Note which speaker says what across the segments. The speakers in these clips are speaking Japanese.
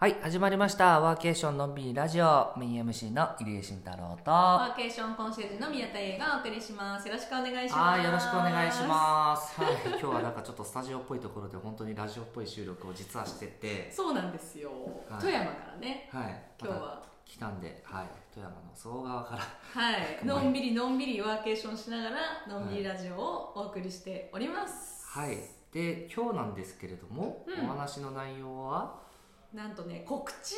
Speaker 1: はい、始まりました。ワーケーションのんびりラジオ、メイン MC の入江慎太郎と。
Speaker 2: ワ
Speaker 1: は
Speaker 2: ーケーションコンシェルジュの宮田英がお送りします。よろしくお願いします。
Speaker 1: い、よろしくお願いします。はい、今日はなんかちょっとスタジオっぽいところで、本当にラジオっぽい収録を実はしてて。
Speaker 2: す。そうなんですよ。
Speaker 1: はい
Speaker 2: 富山からね、
Speaker 1: はい、
Speaker 2: 今日
Speaker 1: ま
Speaker 2: は
Speaker 1: た。来たんで、はい、富山の総川から。
Speaker 2: はい、のんびりのんびりワーケーションしながら、のんびりラジオをお送りしております。
Speaker 1: はい、で、今日なんですけれども、
Speaker 2: うん
Speaker 1: お話の内容は。
Speaker 2: なんとね、告知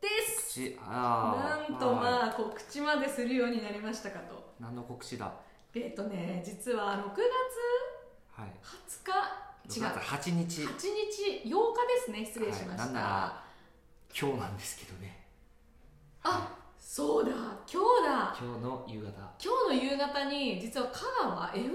Speaker 2: です。
Speaker 1: 口、あ
Speaker 2: な
Speaker 1: ー
Speaker 2: んと
Speaker 1: はい
Speaker 2: まあ、告知までするようになりましたかと。
Speaker 1: 何の告知だ。
Speaker 2: えっとね、実は6
Speaker 1: はい。
Speaker 2: 月20日、違う、
Speaker 1: 八日。
Speaker 2: 8日、8日ですね、失礼しま
Speaker 1: はい、な
Speaker 2: し
Speaker 1: んな
Speaker 2: た。
Speaker 1: ら。今日なんですけどね。
Speaker 2: あ、そうだ、今日だ。
Speaker 1: 今日の夕方。
Speaker 2: 今日の夕方に実は香川 FM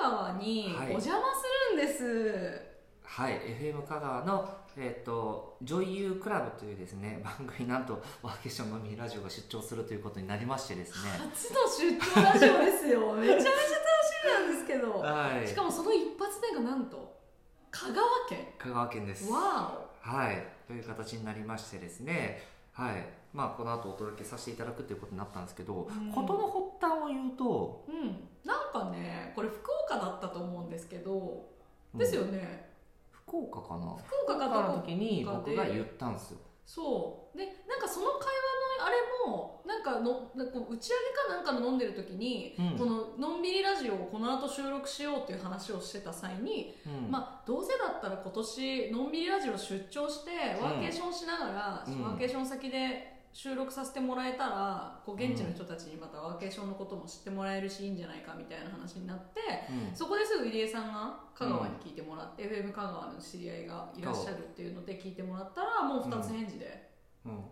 Speaker 2: 香川に
Speaker 1: はい
Speaker 2: お邪魔するんです、
Speaker 1: はい、FM 香川の、えっと女優クラブというですね 番組なんとワーケーションのみラジオが出張するということになりましてですね
Speaker 2: 初の出張ラジオで すよめちゃめちゃ楽しみなんですけど、
Speaker 1: はい
Speaker 2: しかもその一発目がなんと香川県
Speaker 1: 香川県です
Speaker 2: わ
Speaker 1: はいという形になりましてですねはいまあこの後お届けさせていただくということになったんですけど
Speaker 2: うん
Speaker 1: 事の発端を言うと
Speaker 2: おうんなんかねこれ福岡だったと思うんですけど
Speaker 1: うん
Speaker 2: ですよね
Speaker 1: 福岡かな
Speaker 2: 福岡
Speaker 1: 福
Speaker 2: か
Speaker 1: 岡
Speaker 2: ど
Speaker 1: の
Speaker 2: こ
Speaker 1: 時に
Speaker 2: 福岡
Speaker 1: 僕
Speaker 2: で
Speaker 1: が言ったんですよ
Speaker 2: そうでなんかその会話のあれもなんかのなんかこう打ち上げかなんかの飲んでる時に、
Speaker 1: うん
Speaker 2: こののんびりラジオをこの後収録しようっていう話をしてた際に、
Speaker 1: うん
Speaker 2: まあどうせだったら今年のんびりラジオ出張してワーケーションしながら、
Speaker 1: うん
Speaker 2: ワーケーション先で収録させてもらえたらこう現地の人たちにまたワーケーションのことも知ってもらえるしいいんじゃないかみたいな話になって、
Speaker 1: うん
Speaker 2: そこですぐ入江さんが香川に聞いてもらって、FM 香川の知り合いがいらっしゃるっていうので聞いてもらったらもう2つ返事で。
Speaker 1: うん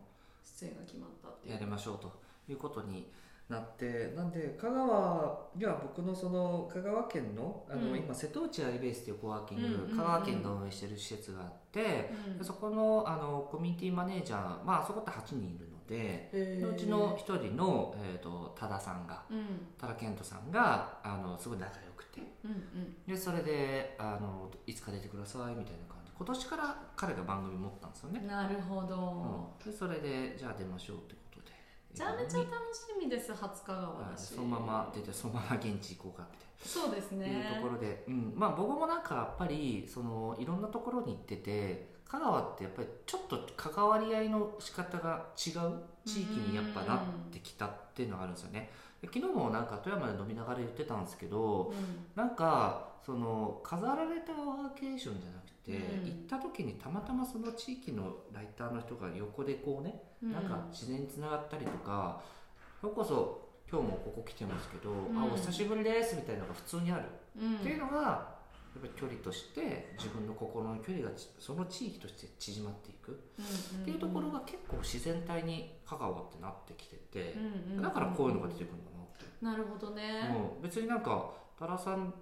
Speaker 2: 出演が決まったってい
Speaker 1: や
Speaker 2: う
Speaker 1: りましょうということになってなんで香川には僕のその香川県のあの、
Speaker 2: うん
Speaker 1: 今瀬戸内アイベースというコワーキング、
Speaker 2: うんうんうん
Speaker 1: 香川県が運営してる施設があって、
Speaker 2: うん
Speaker 1: そこのあのコミュニティマネージャーまあそこって8人いるので、
Speaker 2: へー
Speaker 1: うちの一人の、えー、と多田さんが
Speaker 2: うんうん
Speaker 1: 多田健人さんがあのすごい仲良くて
Speaker 2: うん
Speaker 1: でそれであの「いつか出てください」みたいな感じ今年から彼が番組持ったんですよね、
Speaker 2: なるほ
Speaker 1: う
Speaker 2: ど、
Speaker 1: んでそれでじゃあ出ましょうってことで
Speaker 2: めちゃめちゃ楽しみです初香川
Speaker 1: はい
Speaker 2: だし
Speaker 1: そのまま出てそのまま現地行こうかみたい
Speaker 2: そうです
Speaker 1: な、
Speaker 2: ね
Speaker 1: いうところで、うん、まあ僕もなんかやっぱりそのいろんなところに行ってて香川ってやっぱりちょっと関わり合いの仕方が違う地域にやっぱなってきたっていうのがあるんですよねで昨日もなんか富山で飲みながら言ってたんですけど
Speaker 2: うん
Speaker 1: なんかその飾られたワーケーションじゃなくて、
Speaker 2: うん
Speaker 1: 行った時にたまたまその地域のライターの人が横でこうね
Speaker 2: うん
Speaker 1: なんか自然につながったりとかそれこそ今日もここ来てますけど、あ
Speaker 2: うん
Speaker 1: お久しぶりですみたいなのが普通にある、
Speaker 2: うん
Speaker 1: っていうのがやっぱり距離として自分の心の距離がちその地域として縮まっていく、
Speaker 2: うん
Speaker 1: っていうところが結構自然体に香川ってなってきてて
Speaker 2: う、んうんうん
Speaker 1: だからこういうのが出てくるんだなって、
Speaker 2: なるほどね、
Speaker 1: うん、別になんか多良さん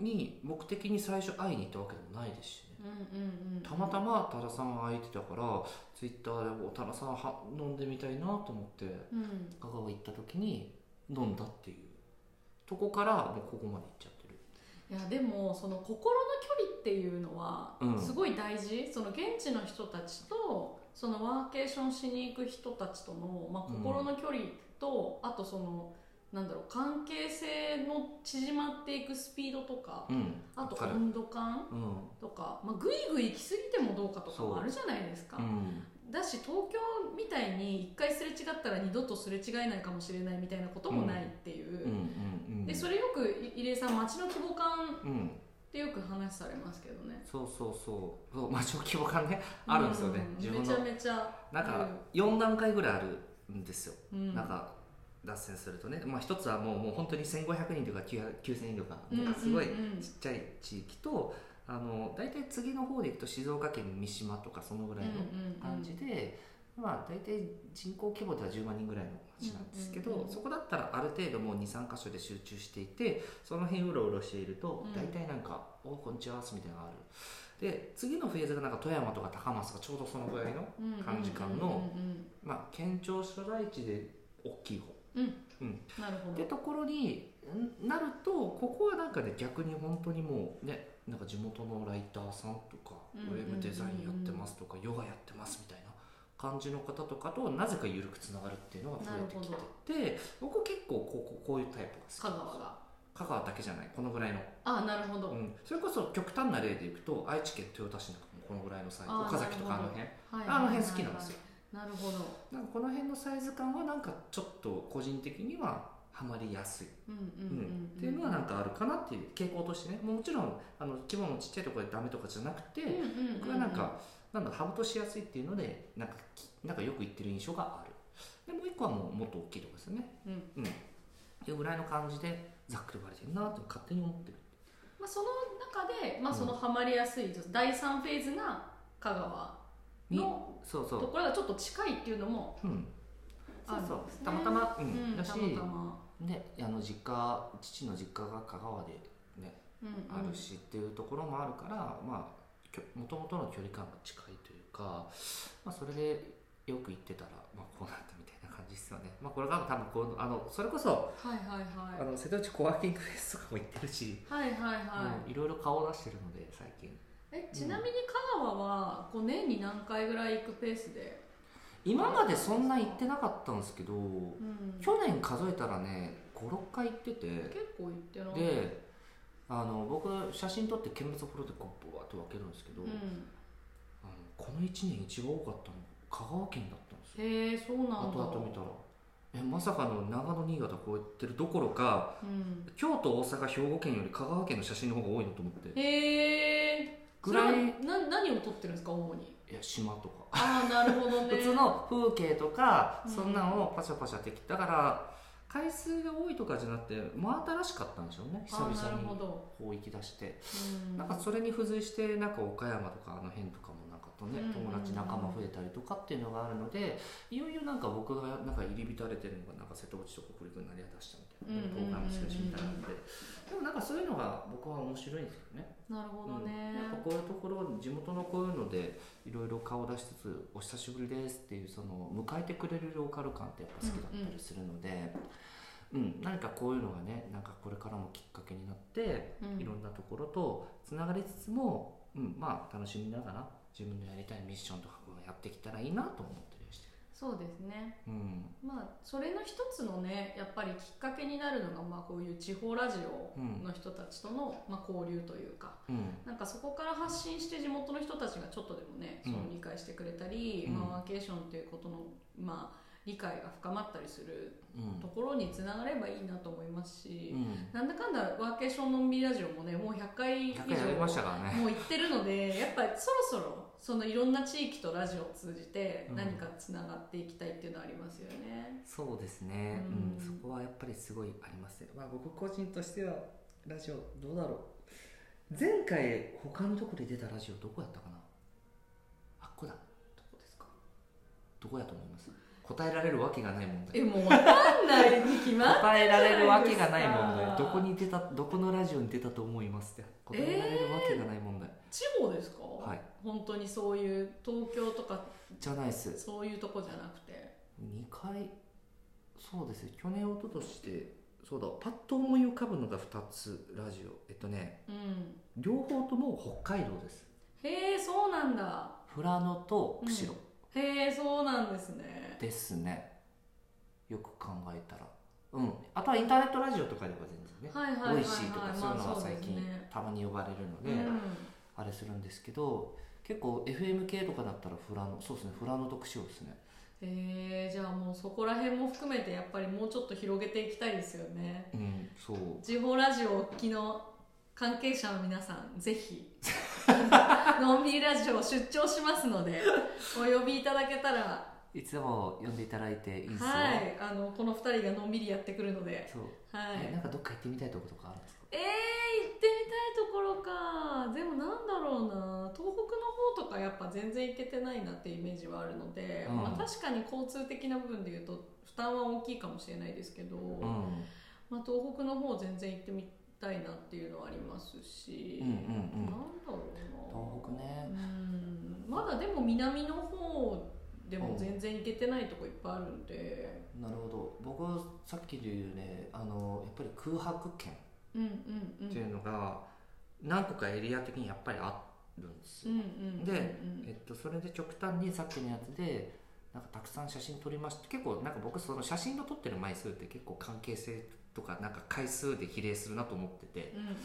Speaker 1: に目的に最初会いに行ったわけでもないですしね
Speaker 2: うん、うんうん
Speaker 1: たまたま多良さんが空いてたからツイッターでお多良さんは飲んでみたいなと思って
Speaker 2: うん
Speaker 1: 香川行った時に飲んだっていうとこからもうここまで行っちゃってる
Speaker 2: いやでもその心の距離っていうのは
Speaker 1: うん
Speaker 2: すごい大事、その現地の人たちとそのワーケーションしに行く人たちとの、まあ、
Speaker 1: うん
Speaker 2: 心の距離と、あとそのなんだろう関係性の縮まっていくスピードとか
Speaker 1: うん
Speaker 2: あと
Speaker 1: わかる
Speaker 2: 温度感
Speaker 1: うん
Speaker 2: とか、まあ、ぐいぐい行き過ぎてもどうかとかもあるじゃないですか、
Speaker 1: うん
Speaker 2: だし東京みたいに1回すれ違ったら二度とすれ違えないかもしれないみたいなこともないっていう
Speaker 1: うんう、んうん
Speaker 2: でそれよく入江さん街の規模感
Speaker 1: うん
Speaker 2: ってよく話されますけどね
Speaker 1: そうそうそうそうまあ小規模感ねあるんですよね、
Speaker 2: う
Speaker 1: 自分
Speaker 2: めちゃ
Speaker 1: の
Speaker 2: めちゃ
Speaker 1: なんか4段階ぐらいあるんですよ、
Speaker 2: うん
Speaker 1: なんか脱線するとね、まあ、一つはもうもう本当に1500人とか900 9000人とか、
Speaker 2: うんうんうん
Speaker 1: すごいちっちゃい地域とあの大体次の方で行くと静岡県三島とかそのぐらいの
Speaker 2: うんうんうん
Speaker 1: 感じで、まあ、大体人口規模では10万人ぐらいの町なんですけど、
Speaker 2: うんうんうん
Speaker 1: そこだったらある程度もう23箇所で集中していてその辺うろうろしていると
Speaker 2: うん
Speaker 1: 大体なんか「おこんにちは」みたいなのがあるで次のフェーズがなんか富山とか高松がちょうどそのぐらいの、感じ感の
Speaker 2: うんうん
Speaker 1: まあ、県庁所在地で大きい方
Speaker 2: うんなるほ
Speaker 1: っ
Speaker 2: ど
Speaker 1: てところにんなるとここはなんかね逆に本当にもうねなんか地元のライターさんとか、
Speaker 2: うんうん
Speaker 1: ウ
Speaker 2: うんうん
Speaker 1: ェブデザインやってますとかヨガやってますみたいな感じの方とかとなぜか緩くつながるっていうのが増えてき
Speaker 2: なる
Speaker 1: てて僕結構こうこうこういうタイプが好きです
Speaker 2: 香川が
Speaker 1: 香川だけじゃないこのぐらいの、
Speaker 2: あなるほ
Speaker 1: う
Speaker 2: ど、はい
Speaker 1: ん、それこそ極端な例でいくと愛知県豊田市なんかもこのぐらいのサイズ
Speaker 2: あー
Speaker 1: 岡崎とかあの辺
Speaker 2: はいはい
Speaker 1: あの辺好きなんですよ
Speaker 2: なるほど、
Speaker 1: なんかこの辺のサイズ感はなんかちょっと個人的にはハマりやすい
Speaker 2: うん
Speaker 1: う
Speaker 2: う
Speaker 1: ん
Speaker 2: んうん
Speaker 1: んっていうのはなんかあるかなっていう傾向としてねもちろんあの規模のちっちゃいところでダメとかじゃなくて、
Speaker 2: うんうんうんうん
Speaker 1: 僕はなんか、なんだろうハブとしやすいっていうのでなんかきなんかよく言ってる印象があるでもう一個はもうもっと大きいとこですよね
Speaker 2: うん
Speaker 1: うんっていうぐらいの感じでざっくりバレてるなって勝手に思ってる
Speaker 2: まあ、その中で、まあ、そのハマりやすい、第3フェーズが香川
Speaker 1: に
Speaker 2: の
Speaker 1: そうそ
Speaker 2: と
Speaker 1: う
Speaker 2: ころがちょっと近いっていうのも
Speaker 1: うんそうそ
Speaker 2: あるんです
Speaker 1: う
Speaker 2: ね
Speaker 1: たまたま、う
Speaker 2: うんん、
Speaker 1: だした
Speaker 2: またま、
Speaker 1: であの実家父の実家が香川でね
Speaker 2: うんうん、
Speaker 1: あるしっていうところもあるから、まあきょ元々の距離感が近いというか、まあ、それでよく行ってたら、まあ、こうなったみたいな感じですよね、まあ、これが多分こうあのそれこそ、
Speaker 2: はいはい
Speaker 1: あ
Speaker 2: は
Speaker 1: の瀬戸内コワーキングフェスとかも行ってるし、
Speaker 2: いはいはいはい、
Speaker 1: い、いろいろ顔を出してるので最近
Speaker 2: えちなみに香川はこう年に何回ぐらい行くペースで、
Speaker 1: 今までそんな行ってなかったんですけど、
Speaker 2: うん、結
Speaker 1: 去年数えたらね56回行ってて
Speaker 2: 構行ってない
Speaker 1: であの僕写真撮って見物フォローでこうバーッと分けるんですけど、
Speaker 2: う
Speaker 1: あ
Speaker 2: ん、
Speaker 1: のこの1年一番多かったの香川県だったんですよ
Speaker 2: へえそうなんだ
Speaker 1: 後々見たらえまさかの長野新潟超えてるどころか
Speaker 2: うん、
Speaker 1: 京都大阪兵庫県より香川県の写真の方が多いのと思って
Speaker 2: へえ
Speaker 1: ぐらいい
Speaker 2: な何を撮ってるんですか主に
Speaker 1: や島とか
Speaker 2: ああなるほどね
Speaker 1: 普通の風景とか
Speaker 2: うん
Speaker 1: そんなんをパシャパシャできたから回数が多いとかじゃなくて真新しかったんでしょうね久々
Speaker 2: あーなるほ
Speaker 1: に
Speaker 2: ど、
Speaker 1: こう行き出して
Speaker 2: うん、
Speaker 1: なんかそれに付随してなんか岡山とかあの辺とかもなんかとね
Speaker 2: うん
Speaker 1: 友達仲間増えたりとかっていうのがあるのでいよいよなんか僕がなんか入り浸れてるのがなんか瀬戸内と北陸になりだしたみたいな
Speaker 2: うんうんうんうん
Speaker 1: 東海もしかしみたいなのででもなんかそういうのが僕は面白いんですよね。
Speaker 2: なるほど
Speaker 1: うん
Speaker 2: ね、
Speaker 1: やっぱこういうところ地元のこういうのでいろいろ顔を出しつつ「お久しぶりです」っていうその迎えてくれるローカル感ってやっぱ好きだったりするので、うん何かこういうのがねなんかこれからもきっかけになって
Speaker 2: うん
Speaker 1: いろんなところとつながりつつも、うん、まあ楽しみながら自分のやりたいミッションとかをやってきたらいいなと思ってるりしてる。
Speaker 2: そうですね
Speaker 1: うん
Speaker 2: まあそれの一つのねやっぱりきっかけになるのが、まあ、こういう地方ラジオの人たちとの、まあ、交流というか
Speaker 1: うん
Speaker 2: なんかそこから発信して地元の人たちがちょっとでもね、
Speaker 1: うん
Speaker 2: その理解してくれたり、
Speaker 1: うん
Speaker 2: まあ、ワーケーションということの、まあ、理解が深まったりする
Speaker 1: うん
Speaker 2: ところにつながればいいなと思いますし、
Speaker 1: うん
Speaker 2: なんだかんだワーケーションのんびりラジオもねもう100回以上
Speaker 1: 100回やりましたからね。
Speaker 2: もう行ってるのでやっぱりそろそろそのいろんな地域とラジオを通じて
Speaker 1: うん
Speaker 2: 何かつながっていきたいっていうのはありますよね。
Speaker 1: そうですね、う
Speaker 2: うん
Speaker 1: ん、そこはやっぱりすごいありますね。まあ僕個人としてはラジオどうだろう。前回他のところで出たラジオどこやったかな。あっこだ。どこですか。どこやと思います。答えられるわけがない問題。
Speaker 2: えもうわかんないに決まっ
Speaker 1: 答えられるわけがない問
Speaker 2: じゃないですか
Speaker 1: 題。どこに出たどこのラジオに出たと思いますって。答えられるわけがない問題。
Speaker 2: 地方ですか、
Speaker 1: はい。
Speaker 2: 本当にそういう東京とか
Speaker 1: じゃないっす。
Speaker 2: そういうとこじゃなくて
Speaker 1: 2回そうですね去年一昨年でそうだパッと思い浮かぶのが2つラジオえっとね
Speaker 2: うん
Speaker 1: 両方とも北海道です
Speaker 2: へえそうなんだ
Speaker 1: 富良野と釧路
Speaker 2: へえそうなんですね
Speaker 1: ですね、よく考えたらうんあとはインターネットラジオとかでは全然ね、
Speaker 2: はいはいはいはい
Speaker 1: 美味しいとかそういうの
Speaker 2: まあ
Speaker 1: は
Speaker 2: そう
Speaker 1: 最
Speaker 2: です
Speaker 1: 近
Speaker 2: ね
Speaker 1: たまに呼ばれるので、
Speaker 2: うん
Speaker 1: あれするんですけど結構 FM 系とかだったら富良野そうですね富良野と釧路ですね
Speaker 2: へえじゃあもうそこら辺も含めてやっぱりもうちょっと広げていきたいですよね
Speaker 1: うんそう
Speaker 2: 地方ラジオをお聞きの関係者の皆さん ぜひのんびりラジオを出張しますのでお呼びいただけたら
Speaker 1: いつも呼んでいただいていいですよ、
Speaker 2: はいあのこの2人がのんびりやってくるので
Speaker 1: そう
Speaker 2: はい
Speaker 1: えなんかどっか行ってみたいとことかあるんですか
Speaker 2: えー、行ってみたいところかでもなんだろうな東北の方とかやっぱ全然行けてないなっていうイメージはあるので、
Speaker 1: うん
Speaker 2: まあ、確かに交通的な部分で言うと負担は大きいかもしれないですけど、
Speaker 1: うん
Speaker 2: まあ、東北の方全然行ってみたいなっていうのはありますし、
Speaker 1: うんうん
Speaker 2: な
Speaker 1: う
Speaker 2: んだ
Speaker 1: ん
Speaker 2: ろ
Speaker 1: 東北
Speaker 2: うな
Speaker 1: ね
Speaker 2: うんまだでも南の方でも全然行けてないとこいっぱいあるんで、
Speaker 1: なるほど僕さっきで言うねあのやっぱり空白圏
Speaker 2: うん、うんうん
Speaker 1: っていうのが、何個かエリア的にやっぱりあるんです
Speaker 2: う
Speaker 1: よ、
Speaker 2: んうん
Speaker 1: で
Speaker 2: うん
Speaker 1: えっと、それで極端にさっきのやつでなんかたくさん写真撮りました結構なんか僕その写真の撮ってる枚数って結構関係性とかなんか回数で比例するなと思ってて
Speaker 2: うんうん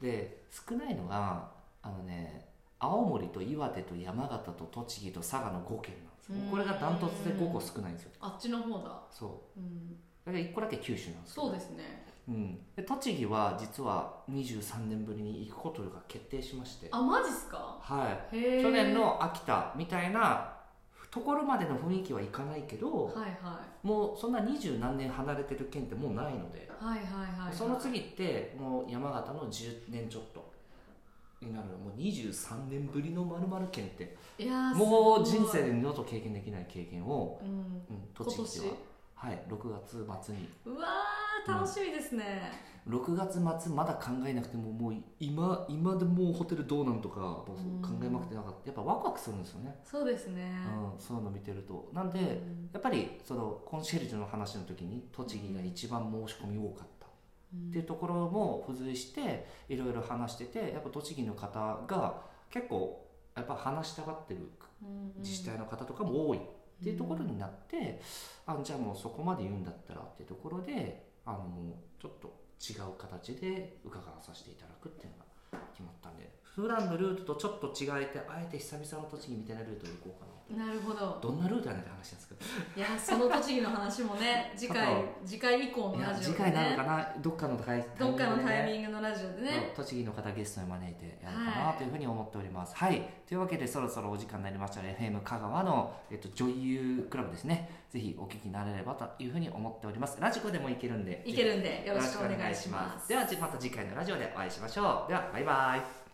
Speaker 1: で少ないのがあのね青森と岩手と山形と栃木と佐賀の5県なんですよ
Speaker 2: うん
Speaker 1: これがダントツで5個少ないんですよ
Speaker 2: あっちの方だ、
Speaker 1: そ
Speaker 2: うん、
Speaker 1: うだから1個だけ九州なんですよ
Speaker 2: そうですね
Speaker 1: うん、で栃木は実は23年ぶりに行くことが決定しまして
Speaker 2: あマジっすか
Speaker 1: は
Speaker 2: へ
Speaker 1: い
Speaker 2: え
Speaker 1: 去年の秋田みたいなところまでの雰囲気はいかないけど、
Speaker 2: はいはい
Speaker 1: もうそんな二十何年離れてる県ってもうないので、
Speaker 2: はいはいはい
Speaker 1: その次ってもう山形の10年ちょっとになるのもう23年ぶりの〇〇県って
Speaker 2: いやー
Speaker 1: もう
Speaker 2: すごい
Speaker 1: 人生で二度と経験できない経験を、
Speaker 2: うん
Speaker 1: うん、
Speaker 2: 今
Speaker 1: 栃
Speaker 2: 年
Speaker 1: 木は、はい、6月末に
Speaker 2: うわー楽しみですね、
Speaker 1: 6月末まだ考えなくてももう今今でもうホテルどうなんとかもう考えまくってなかったやっぱワクワクするんですよね、
Speaker 2: そうですね
Speaker 1: うん、そういうの見てるとなんで、
Speaker 2: うん
Speaker 1: やっぱりそのコンシェルジュの話の時に栃木が一番申し込み多かったっていうところも付随していろいろ話しててやっぱ栃木の方が結構やっぱ話したがってる
Speaker 2: うんうん
Speaker 1: 自治体の方とかも多いっていうところになって、あじゃあもうそこまで言うんだったらっていうところであのもうちょっと違う形で伺わさせていただくっていうのが決まったんで普段のルートとちょっと違えてあえて久々の栃木みたいなルートで行こうかな
Speaker 2: なるほど
Speaker 1: どんなルートやねんって話なんですけど
Speaker 2: いやその栃木の話 もね次回次回以降
Speaker 1: い
Speaker 2: のラ
Speaker 1: や
Speaker 2: ジ
Speaker 1: 次
Speaker 2: オで
Speaker 1: 回なのか
Speaker 2: ね
Speaker 1: などっかのタイ
Speaker 2: どっかのタ
Speaker 1: ね
Speaker 2: イミングのラジオでね
Speaker 1: うん栃木の方ゲストに招いてやるか
Speaker 2: は
Speaker 1: ないというふうに思っております。はい、というわけでそろそろお時間になりましたので FM 香川の、えっと、女優クラブですねぜひお聞きになれればというふうに思っております。ラジコでもいけるんで
Speaker 2: いけ
Speaker 1: ぜ
Speaker 2: るんで
Speaker 1: ひ
Speaker 2: よろしくお願いし
Speaker 1: よろしく
Speaker 2: ま
Speaker 1: お願いしますではまた次回のラジオでお会いしましょう。ではバイバイ